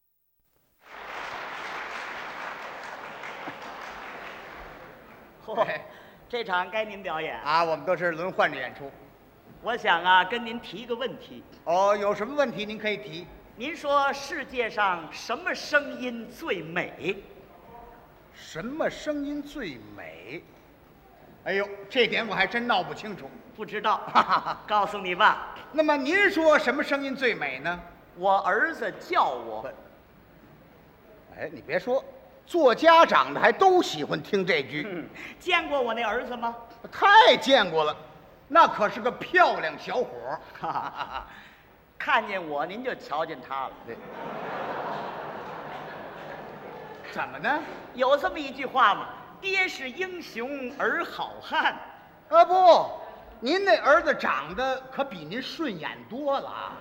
嚯哎，这场该您表演。啊，我们都是轮换着演出。我想啊，跟您提一个问题。哦，有什么问题您可以提。您说世界上什么声音最美？什么声音最美？哎呦，这点我还真闹不清楚。不知道， 告诉你吧，那么您说什么声音最美呢？我儿子叫我， 哎，你别说，做家长的还都喜欢听这句，见过我那儿子吗？ 太见过了。那可是个漂亮小伙儿。哈哈哈哈看见我您就瞧见他了。对怎么呢？有这么一句话吗？爹是英雄儿好汉。啊不，您那儿子长得可比您顺眼多了啊。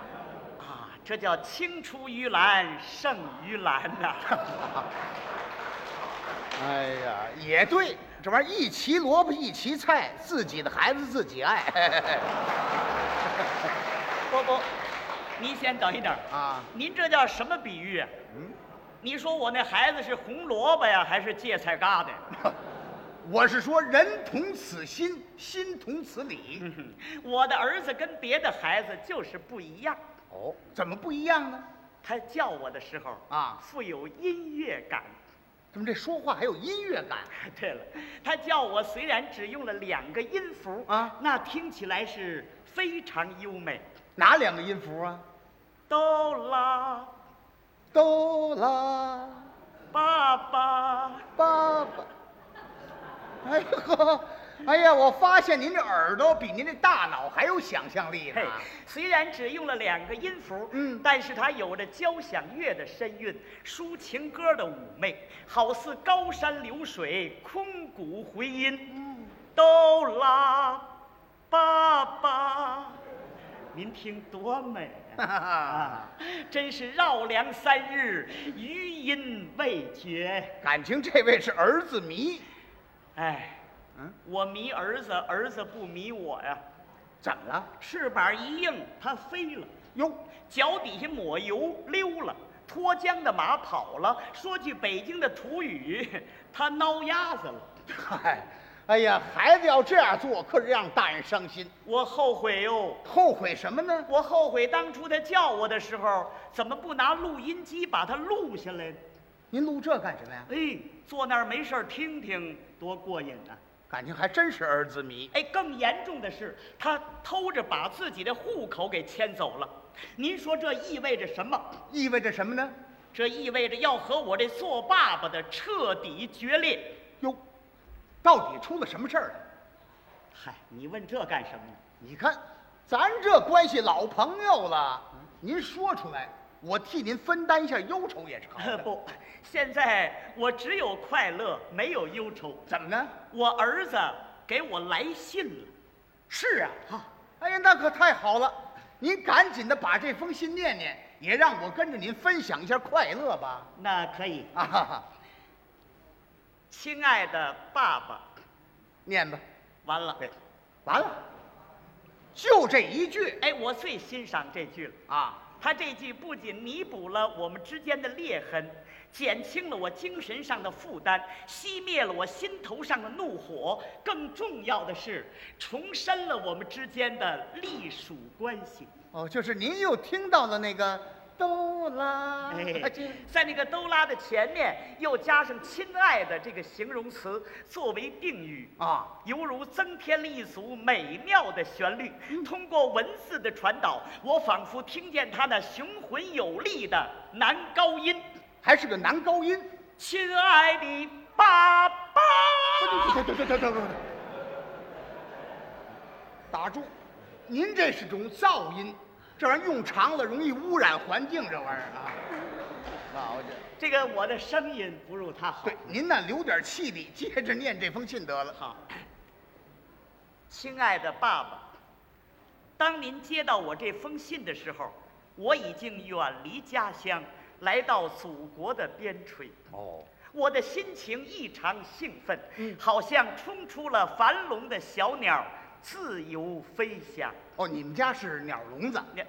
啊，这叫青出于蓝胜于蓝呐、哎呀，也对，这玩意儿一齐萝卜一齐菜，自己的孩子自己爱。 不不，您先等一等啊您这叫什么比喻啊？嗯，你说我那孩子是红萝卜呀，还是芥菜疙瘩呀？ 我是说人同此心，心同此理。嗯我的儿子跟别的孩子就是不一样，哦，怎么不一样呢？他叫我的时候啊富有音乐感。 怎么这说话还有音乐感？对了，他叫我虽然只用了两个音符啊那听起来是非常优美。哪两个音符啊？哆啦，哆啦爸爸，爸爸。哎呦，哎呀，我发现您这耳朵比您这大脑还有想象力呢嘿。，虽然只用了两个音符，啊嗯但是它有着交响乐的深韵，抒情歌的妩媚，好似高山流水，空谷回音。哆啦，爸爸，您听多美啊！ 啊真是绕梁三日，余音未绝。 感情这位是儿子迷，哎，嗯，我迷儿子，儿子不迷我呀。怎么了？翅膀一硬，它飞了。哟，脚底下抹油溜了，脱缰的马跑了。说句北京的土语， 他挠鸭子了。嗨，哎呀，孩子要这样做，可是让大人伤心。我后悔哟，后悔什么呢？我后悔当初他叫我的时候，怎么不拿录音机把它录下来呢？您录这干什么呀？哎，坐那儿没事儿听听，多过瘾啊！感情还真是儿子迷。哎，更严重的是，他偷着把自己的户口给迁走了。您说这意味着什么？意味着什么呢？这意味着要和我这做爸爸的彻底决裂。哟，到底出了什么事儿了？嗨，你问这干什么呢？你看，咱这关系老朋友了，您说出来，我替您分担一下忧愁也是好的。， 不，现在我只有快乐，没有忧愁。怎么呢？我儿子给我来信了，是啊，哈，哎呀，那可太好了！您赶紧的把这封信念念，也让我跟着您分享一下快乐吧。那可以。啊哈哈，亲爱的爸爸，念吧。完了。对，完了，就这一句哎，我最欣赏这句了。啊。他这句不仅弥补了我们之间的裂痕，减轻了我精神上的负担，熄灭了我心头上的怒火，更重要的是，重申了我们之间的隶属关系。哦，就是您又听到了那个哆啦，哎这，在那个“都拉”的前面又加上“亲爱的”这个形容词作为定语，啊，犹如增添了一组美妙的旋律。通过文字的传导，我仿佛听见他那雄浑有力的男高音还是个男高音。：“亲爱的爸爸。”对对对对对对。打住，您这是种噪音，这玩意儿用长了容易污染环境，这玩意儿啊。老家，这个我的声音不如他好。对，啊您呢留点气力，接着念这封信得了。好，亲爱的爸爸，当您接到我这封信的时候，我已经远离家乡，来到祖国的边陲。哦，我的心情异常兴奋，好像冲出了樊笼的小鸟，自由飞翔。哦，你们家是鸟笼子，你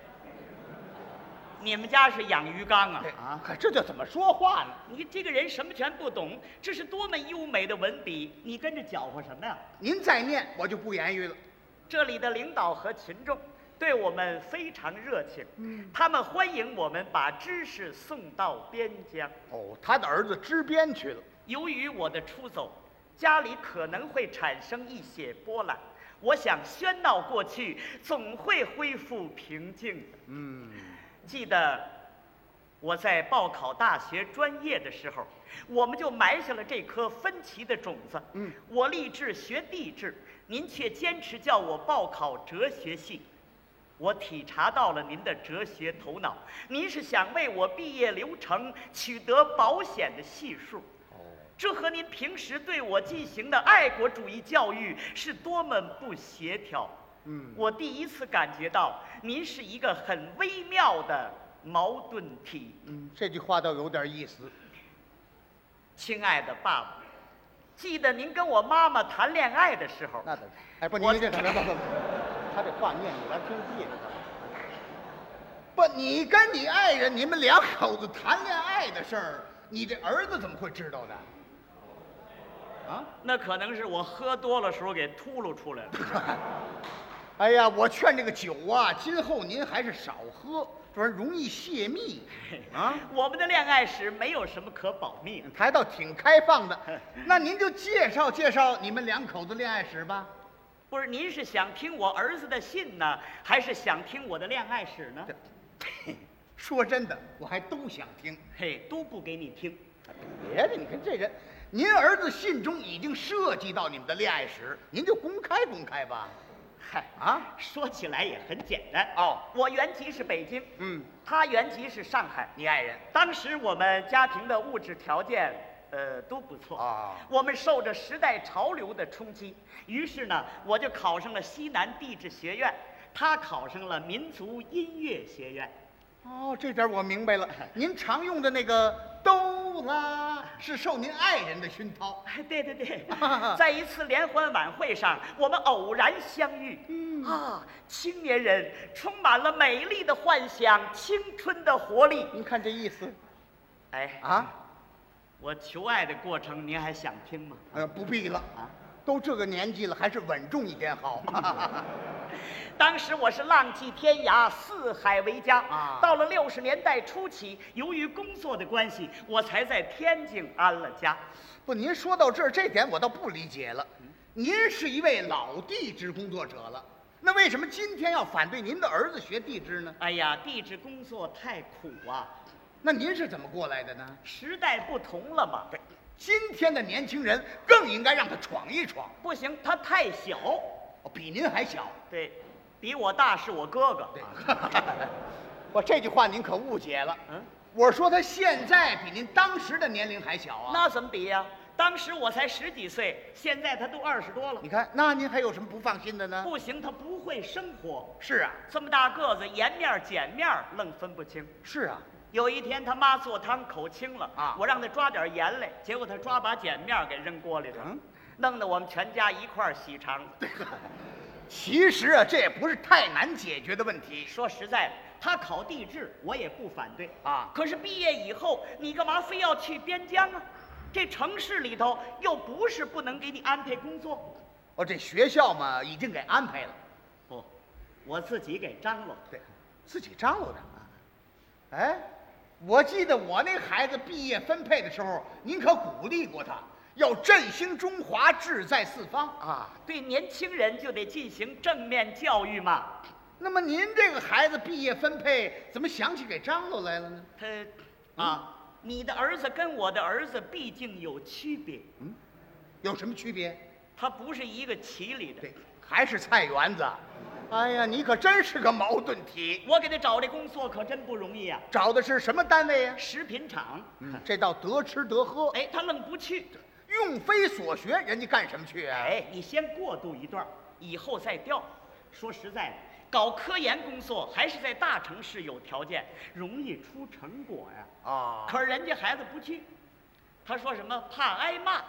你们家是养鱼缸啊？啊，可这叫怎么说话呢？你这个人什么全不懂，这是多么优美的文笔，你跟着搅和什么呀？您再念，我就不言语了。这里的领导和群众对我们非常热情，他们欢迎我们把知识送到边疆。哦，他的儿子支边去了。由于我的出走，家里可能会产生一些波澜。我想喧闹过去，总会恢复平静的。嗯，记得我在报考大学专业的时候，我们就埋下了这颗分歧的种子。嗯，我立志学地质，您却坚持叫我报考哲学系。我体察到了您的哲学头脑，您是想为我毕业流程取得保险的系数。哦，这和您平时对我进行的爱国主义教育是多么不协调！嗯，我第一次感觉到您是一个很微妙的矛盾体。嗯，这句话倒有点意思。亲爱的爸爸，记得您跟我妈妈谈恋爱的时候，那得，哎，不，我您这什么？不不不， 他这话念你来听别扭。 不，你跟你爱人，你们两口子谈恋爱的事儿，你这儿子怎么会知道呢？啊？ 那可能是我喝多了时候给秃噜出来了。哎呀，我劝这个酒啊，今后您还是少喝，不然容易泄密。 啊，我们的恋爱史没有什么可保密的。还倒挺开放的。那您就介绍介绍你们两口子恋爱史吧。不是，您是想听我儿子的信呢，还是想听我的恋爱史呢？ 说真的，我还都想听。嘿，都不给你听。别的，你看这人，您儿子信中已经涉及到你们的恋爱史，您就公开公开吧。嗨，啊，说起来也很简单哦我原籍是北京，嗯，他原籍是上海。你爱人当时我们家庭的物质条件，呃，都不错啊我们受着时代潮流的冲击，于是呢，我就考上了西南地质学院，他考上了民族音乐学院。哦，这点我明白了。您常用的那个哆啦，是受您爱人的熏陶。哎，对对对，在一次联欢晚会上，我们偶然相遇。嗯啊，青年人充满了美丽的幻想，青春的活力。您看这意思哎，啊？我求爱的过程您还想听吗？呃，不必了啊，都这个年纪了，还是稳重一点好。当时我是浪迹天涯，四海为家啊到了六十年代初期，由于工作的关系，我才在天津安了家。 不，您说到这儿，这点我倒不理解了。您是一位老地质工作者了，那为什么今天要反对您的儿子学地质呢？哎呀，地质工作太苦啊，那您是怎么过来的呢？时代不同了嘛。今天的年轻人更应该让他闯一闯，不行，他太小，哦比您还小。 对，比我大是我哥哥。对，我这句话您可误解了。嗯，我说他现在比您当时的年龄还小啊。那怎么比呀、当时我才十几岁，现在他都二十多了你。看，那您还有什么不放心的呢？不行，他不会生活，是啊，这么大个子，颜面儿碱面儿愣分不清。是啊。有一天他妈做汤口清了啊我让他抓点盐来，结果他抓把碱面儿给扔锅里头，嗯弄得我们全家一块儿洗肠子。其实啊，这也不是太难解决的问题。 说实在的，他考地质我也不反对啊可是毕业以后你干嘛非要去边疆啊？这城市里头又不是不能给你安排工作。哦，这学校嘛，已经给安排了，不，我自己给张罗。对，自己张罗着啊。哎，我记得我那孩子毕业分配的时候，您可鼓励过他，要振兴中华，志在四方啊。对年轻人就得进行正面教育嘛。那么您这个孩子毕业分配，怎么想起给张罗来了呢？他，啊，你的儿子跟我的儿子毕竟有区别，有什么区别？他不是一个旗里的。对，还是菜园子。哎呀，你可真是个矛盾体，我给他找这工作可真不容易啊，找的是什么单位呀、食品厂。嗯，这倒得吃得喝。哎，他愣不去。用非所学，人家干什么去啊？哎，你先过渡一段儿，以后再调。说实在的，搞科研工作还是在大城市有条件，容易出成果呀、啊，可是人家孩子不去，他说什么怕挨骂，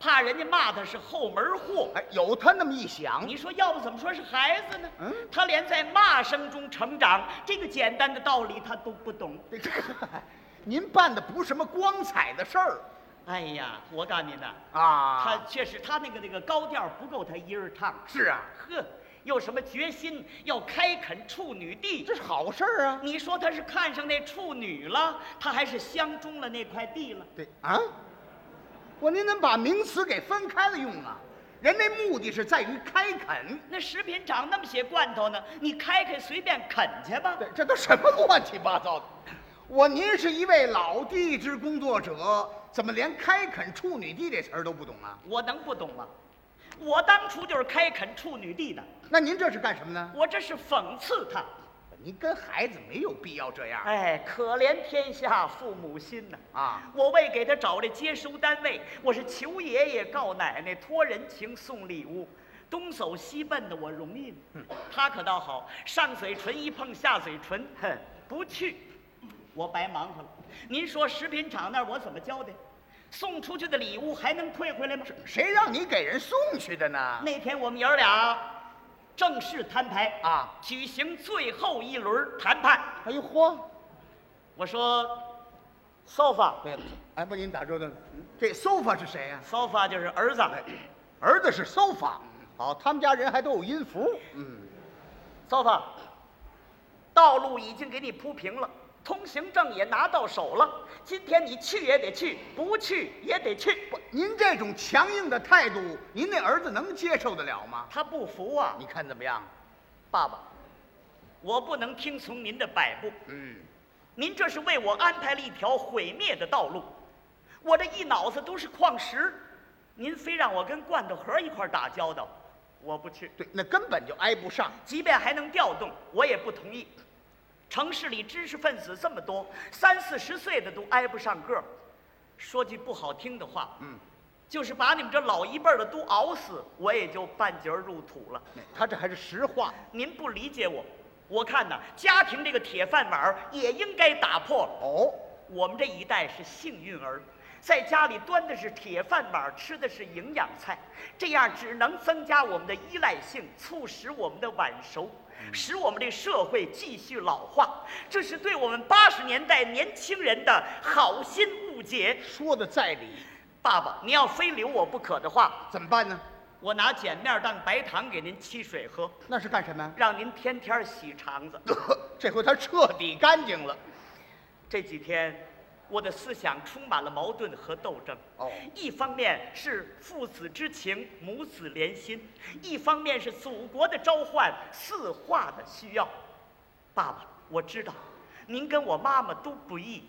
怕人家骂他是后门货。哎，有他那么一想，你说，要不怎么说是孩子呢？嗯他连在骂声中成长这个简单的道理他都不懂。这这个 您办的不是什么光彩的事儿哎呀，我告诉您呐、啊他确实他那个那个高调不够他一人唱。是啊，呵，有什么决心要开垦处女地这？是好事儿啊。你说他是看上那处女了，他还是相中了那块地了？对啊，我您能把名词给分开了用啊？人那目的是在于开垦，那食品长那么些罐头呢，你开开随便啃去吧。对，这都什么乱七八糟的？我您是一位老地质工作者，怎么连开垦处女地这词儿都不懂啊？我能不懂吗？我当初就是开垦处女地的，那您这是干什么呢？我这是讽刺他。您跟孩子没有必要这样。哎，可怜天下父母心呐、啊我为给他找这接收单位，我是求爷爷告奶奶，托人情送礼物，东走西奔的，我容易吗？嗯他可倒好，上嘴唇一碰下嘴唇，哼，不去，我白忙活了。您说食品厂那儿我怎么交代？送出去的礼物还能退回来吗？谁让你给人送去的呢？那天我们爷儿俩正式摊牌啊举行最后一轮谈判。哎呦嚯！我说，sofa，对了，哎，不，您打住的，嗯这 sofa 是谁呀、啊 sofa 就是儿子。哎儿子是 sofa，好，他们家人还都有音符。嗯， sofa，道路已经给你铺平了，通行证也拿到手了。今天你去也得去，不去也得去。不，您这种强硬的态度，您那儿子能接受得了吗？他不服啊你，看怎么样？爸爸，我不能听从您的摆布，嗯，您这是为我安排了一条毁灭的道路。我这一脑子都是矿石，您非让我跟罐头盒一块儿打交道，我不去。对，那根本就挨不上。即便还能调动，我也不同意。城市里知识分子这么多，三四十岁的都挨不上个儿。说句不好听的话，嗯，就是把你们这老一辈儿的都熬死，我也就半截儿入土了。他这还是实话。您不理解我，我看呐，家庭这个铁饭碗儿也应该打破了。哦，我们这一代是幸运儿，在家里端的是铁饭碗，吃的是营养菜，这样只能增加我们的依赖性，促使我们的晚熟，使我们这社会继续老化。这是对我们八十年代年轻人的好心误解。说的在理，爸爸，您要非留我不可的话，怎么办呢？我拿碱面当白糖给您沏水喝，那是干什么呀？让您天天洗肠子。这回他彻底干净了。这几天，我的思想充满了矛盾和斗争。哦一方面是父子之情、母子连心；一方面是祖国的召唤、四化的需要。爸爸，我知道，您跟我妈妈都不易，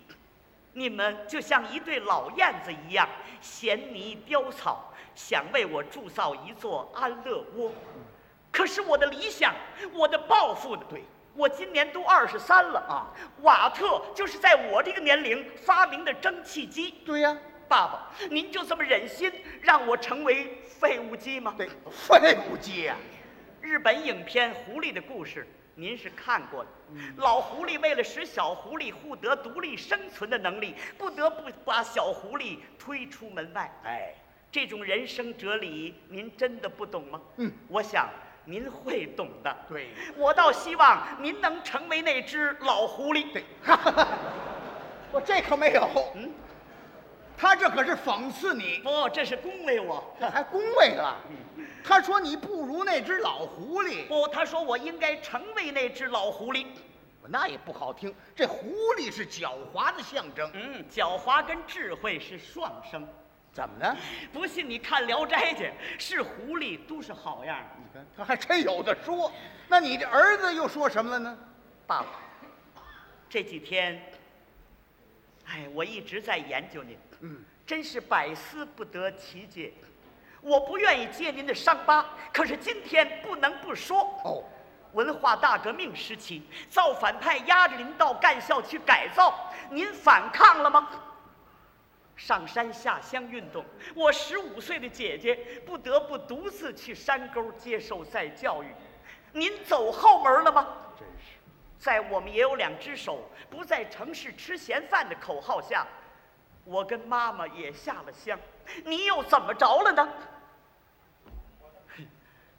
你们就像一对老燕子一样，衔泥雕草，想为我铸造一座安乐窝。可是我的理想，我的抱负呢？对，我今年都二十三了啊！瓦特就是在我这个年龄发明的蒸汽机。对呀、爸爸，您就这么忍心让我成为废物机吗？对，废物啊鸡呀、日本影片《狐狸的故事》，您是看过的。嗯老狐狸为了使小狐狸获得独立生存的能力，不得不把小狐狸推出门外。哎，这种人生哲理，您真的不懂吗？嗯，我想您会懂的。对我倒希望您能成为那只老狐狸。对，哈哈哈 我这可没有。嗯，他这可是讽刺你，不，哦这是恭维我。 这还恭维了。他说你不如那只老狐狸，不，哦他说我应该成为那只老狐狸。那也不好听。这狐狸是狡猾的象征，嗯，狡猾跟智慧是双生。怎么呢？不信你看《聊斋》去，是狐狸都是好样的。你看他还真有的说。那你这儿子又说什么了呢？爸爸，这几天，哎，我一直在研究您，嗯，真是百思不得其解。我不愿意揭您的伤疤，可是今天不能不说。哦，文化大革命时期，造反派压着您到干校去改造，您反抗了吗？上山下乡运动，我十五岁的姐姐不得不独自去山沟接受再教育，您走后门了吗？真是在我们也有两只手，不在城市吃闲饭的口号下，我跟妈妈也下了乡，你又怎么着了呢？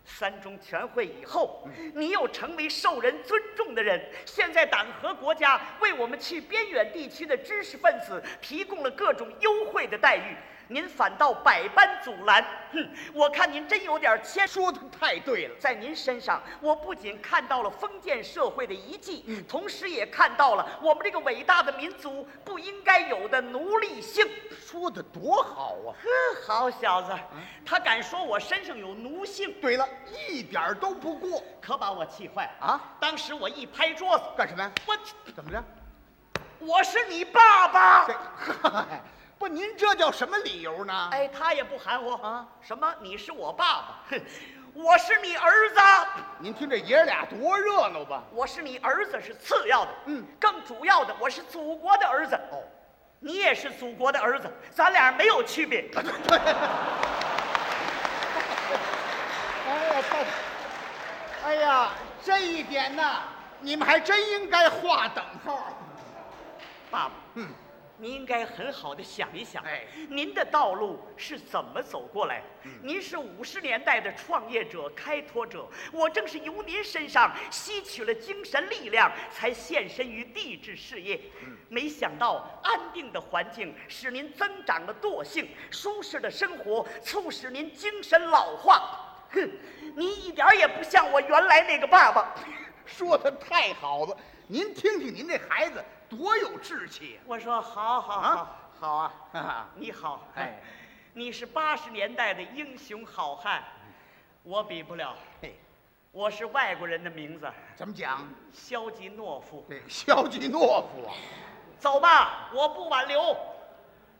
三中全会以后，你又成为受人尊重的人。现在党和国家为我们去边远地区的知识分子提供了各种优惠的待遇，您反倒百般阻拦。哼，我看您真有点谦。说的太对了。在您身上，我不仅看到了封建社会的遗迹，同时也看到了我们这个伟大的民族不应该有的奴隶性。说的多好啊！呵，好小子，他敢说我身上有奴性，对了，一点儿都不过。可把我气坏了啊！当时我一拍桌子，干什么呀？我怎么着？我是你爸爸这。 嗨，不，您这叫什么理由呢？哎，他也不含糊啊！什么？你是我爸爸？哼， 我是你儿子。您听这爷俩多热闹吧？我是你儿子是次要的，嗯更主要的，我是祖国的儿子。哦，你也是祖国的儿子，咱俩没有区别。哎呀，太，哎呀，这一点呐，你们还真应该画等号。爸爸，嗯，您应该很好的想一想，哎您的道路是怎么走过来的？您是五十年代的创业者、开拓者，我正是由您身上吸取了精神力量，才献身于地质事业。没想到安定的环境使您增长了惰性，舒适的生活促使您精神老化。哼，您一点儿也不像我原来那个爸爸。说的太好了，您听听您这孩子多有志气我说好好好，啊好啊。啊！你好，哎， 你是八十年代的英雄好汉，我比不了。嘿，我是外国人的名字，怎么讲？肖吉诺夫。这肖季诺夫啊，走吧，我不挽留。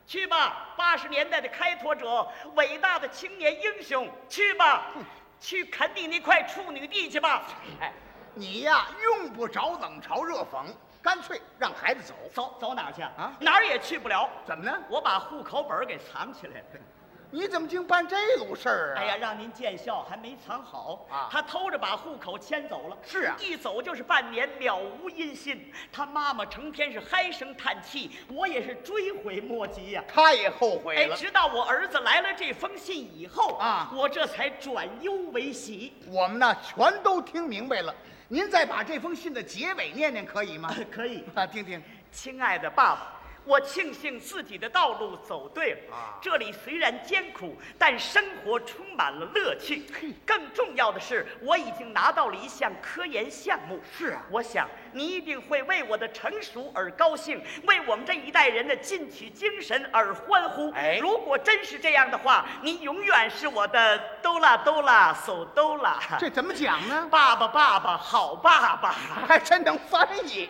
去吧，八十年代的开拓者，伟大的青年英雄，去 吧，去垦你那块处女地去吧。哎，你呀，用不着冷嘲热讽，干脆让孩子走。走走哪儿去啊哪儿也去不了。怎么呢？我把户口本儿给藏起来了。你怎么净办这路事儿啊？哎呀，，让您见笑，还没藏好啊他偷着把户口迁走了。是啊一走就是半年，杳无音信。他妈妈成天是唉声叹气，我也是追悔莫及呀、他也后悔哎，了。直到我儿子来了这封信以后啊我这才转忧为喜。我们呢，全都听明白了。您再把这封信的结尾念念可 以吗？可以，啊，听听。亲爱的爸爸，我庆幸自己的道路走对了。啊这里虽然艰苦，但生活充满了乐趣。更重要的是，我已经拿到了一项科研项目。是啊我想你一定会为我的成熟而高兴，为我们这一代人的进取精神而欢呼。哎如果真是这样的话，你永远是我的哆啦哆啦手哆啦。这怎么讲呢？爸爸，爸爸，好爸爸。还真能翻译。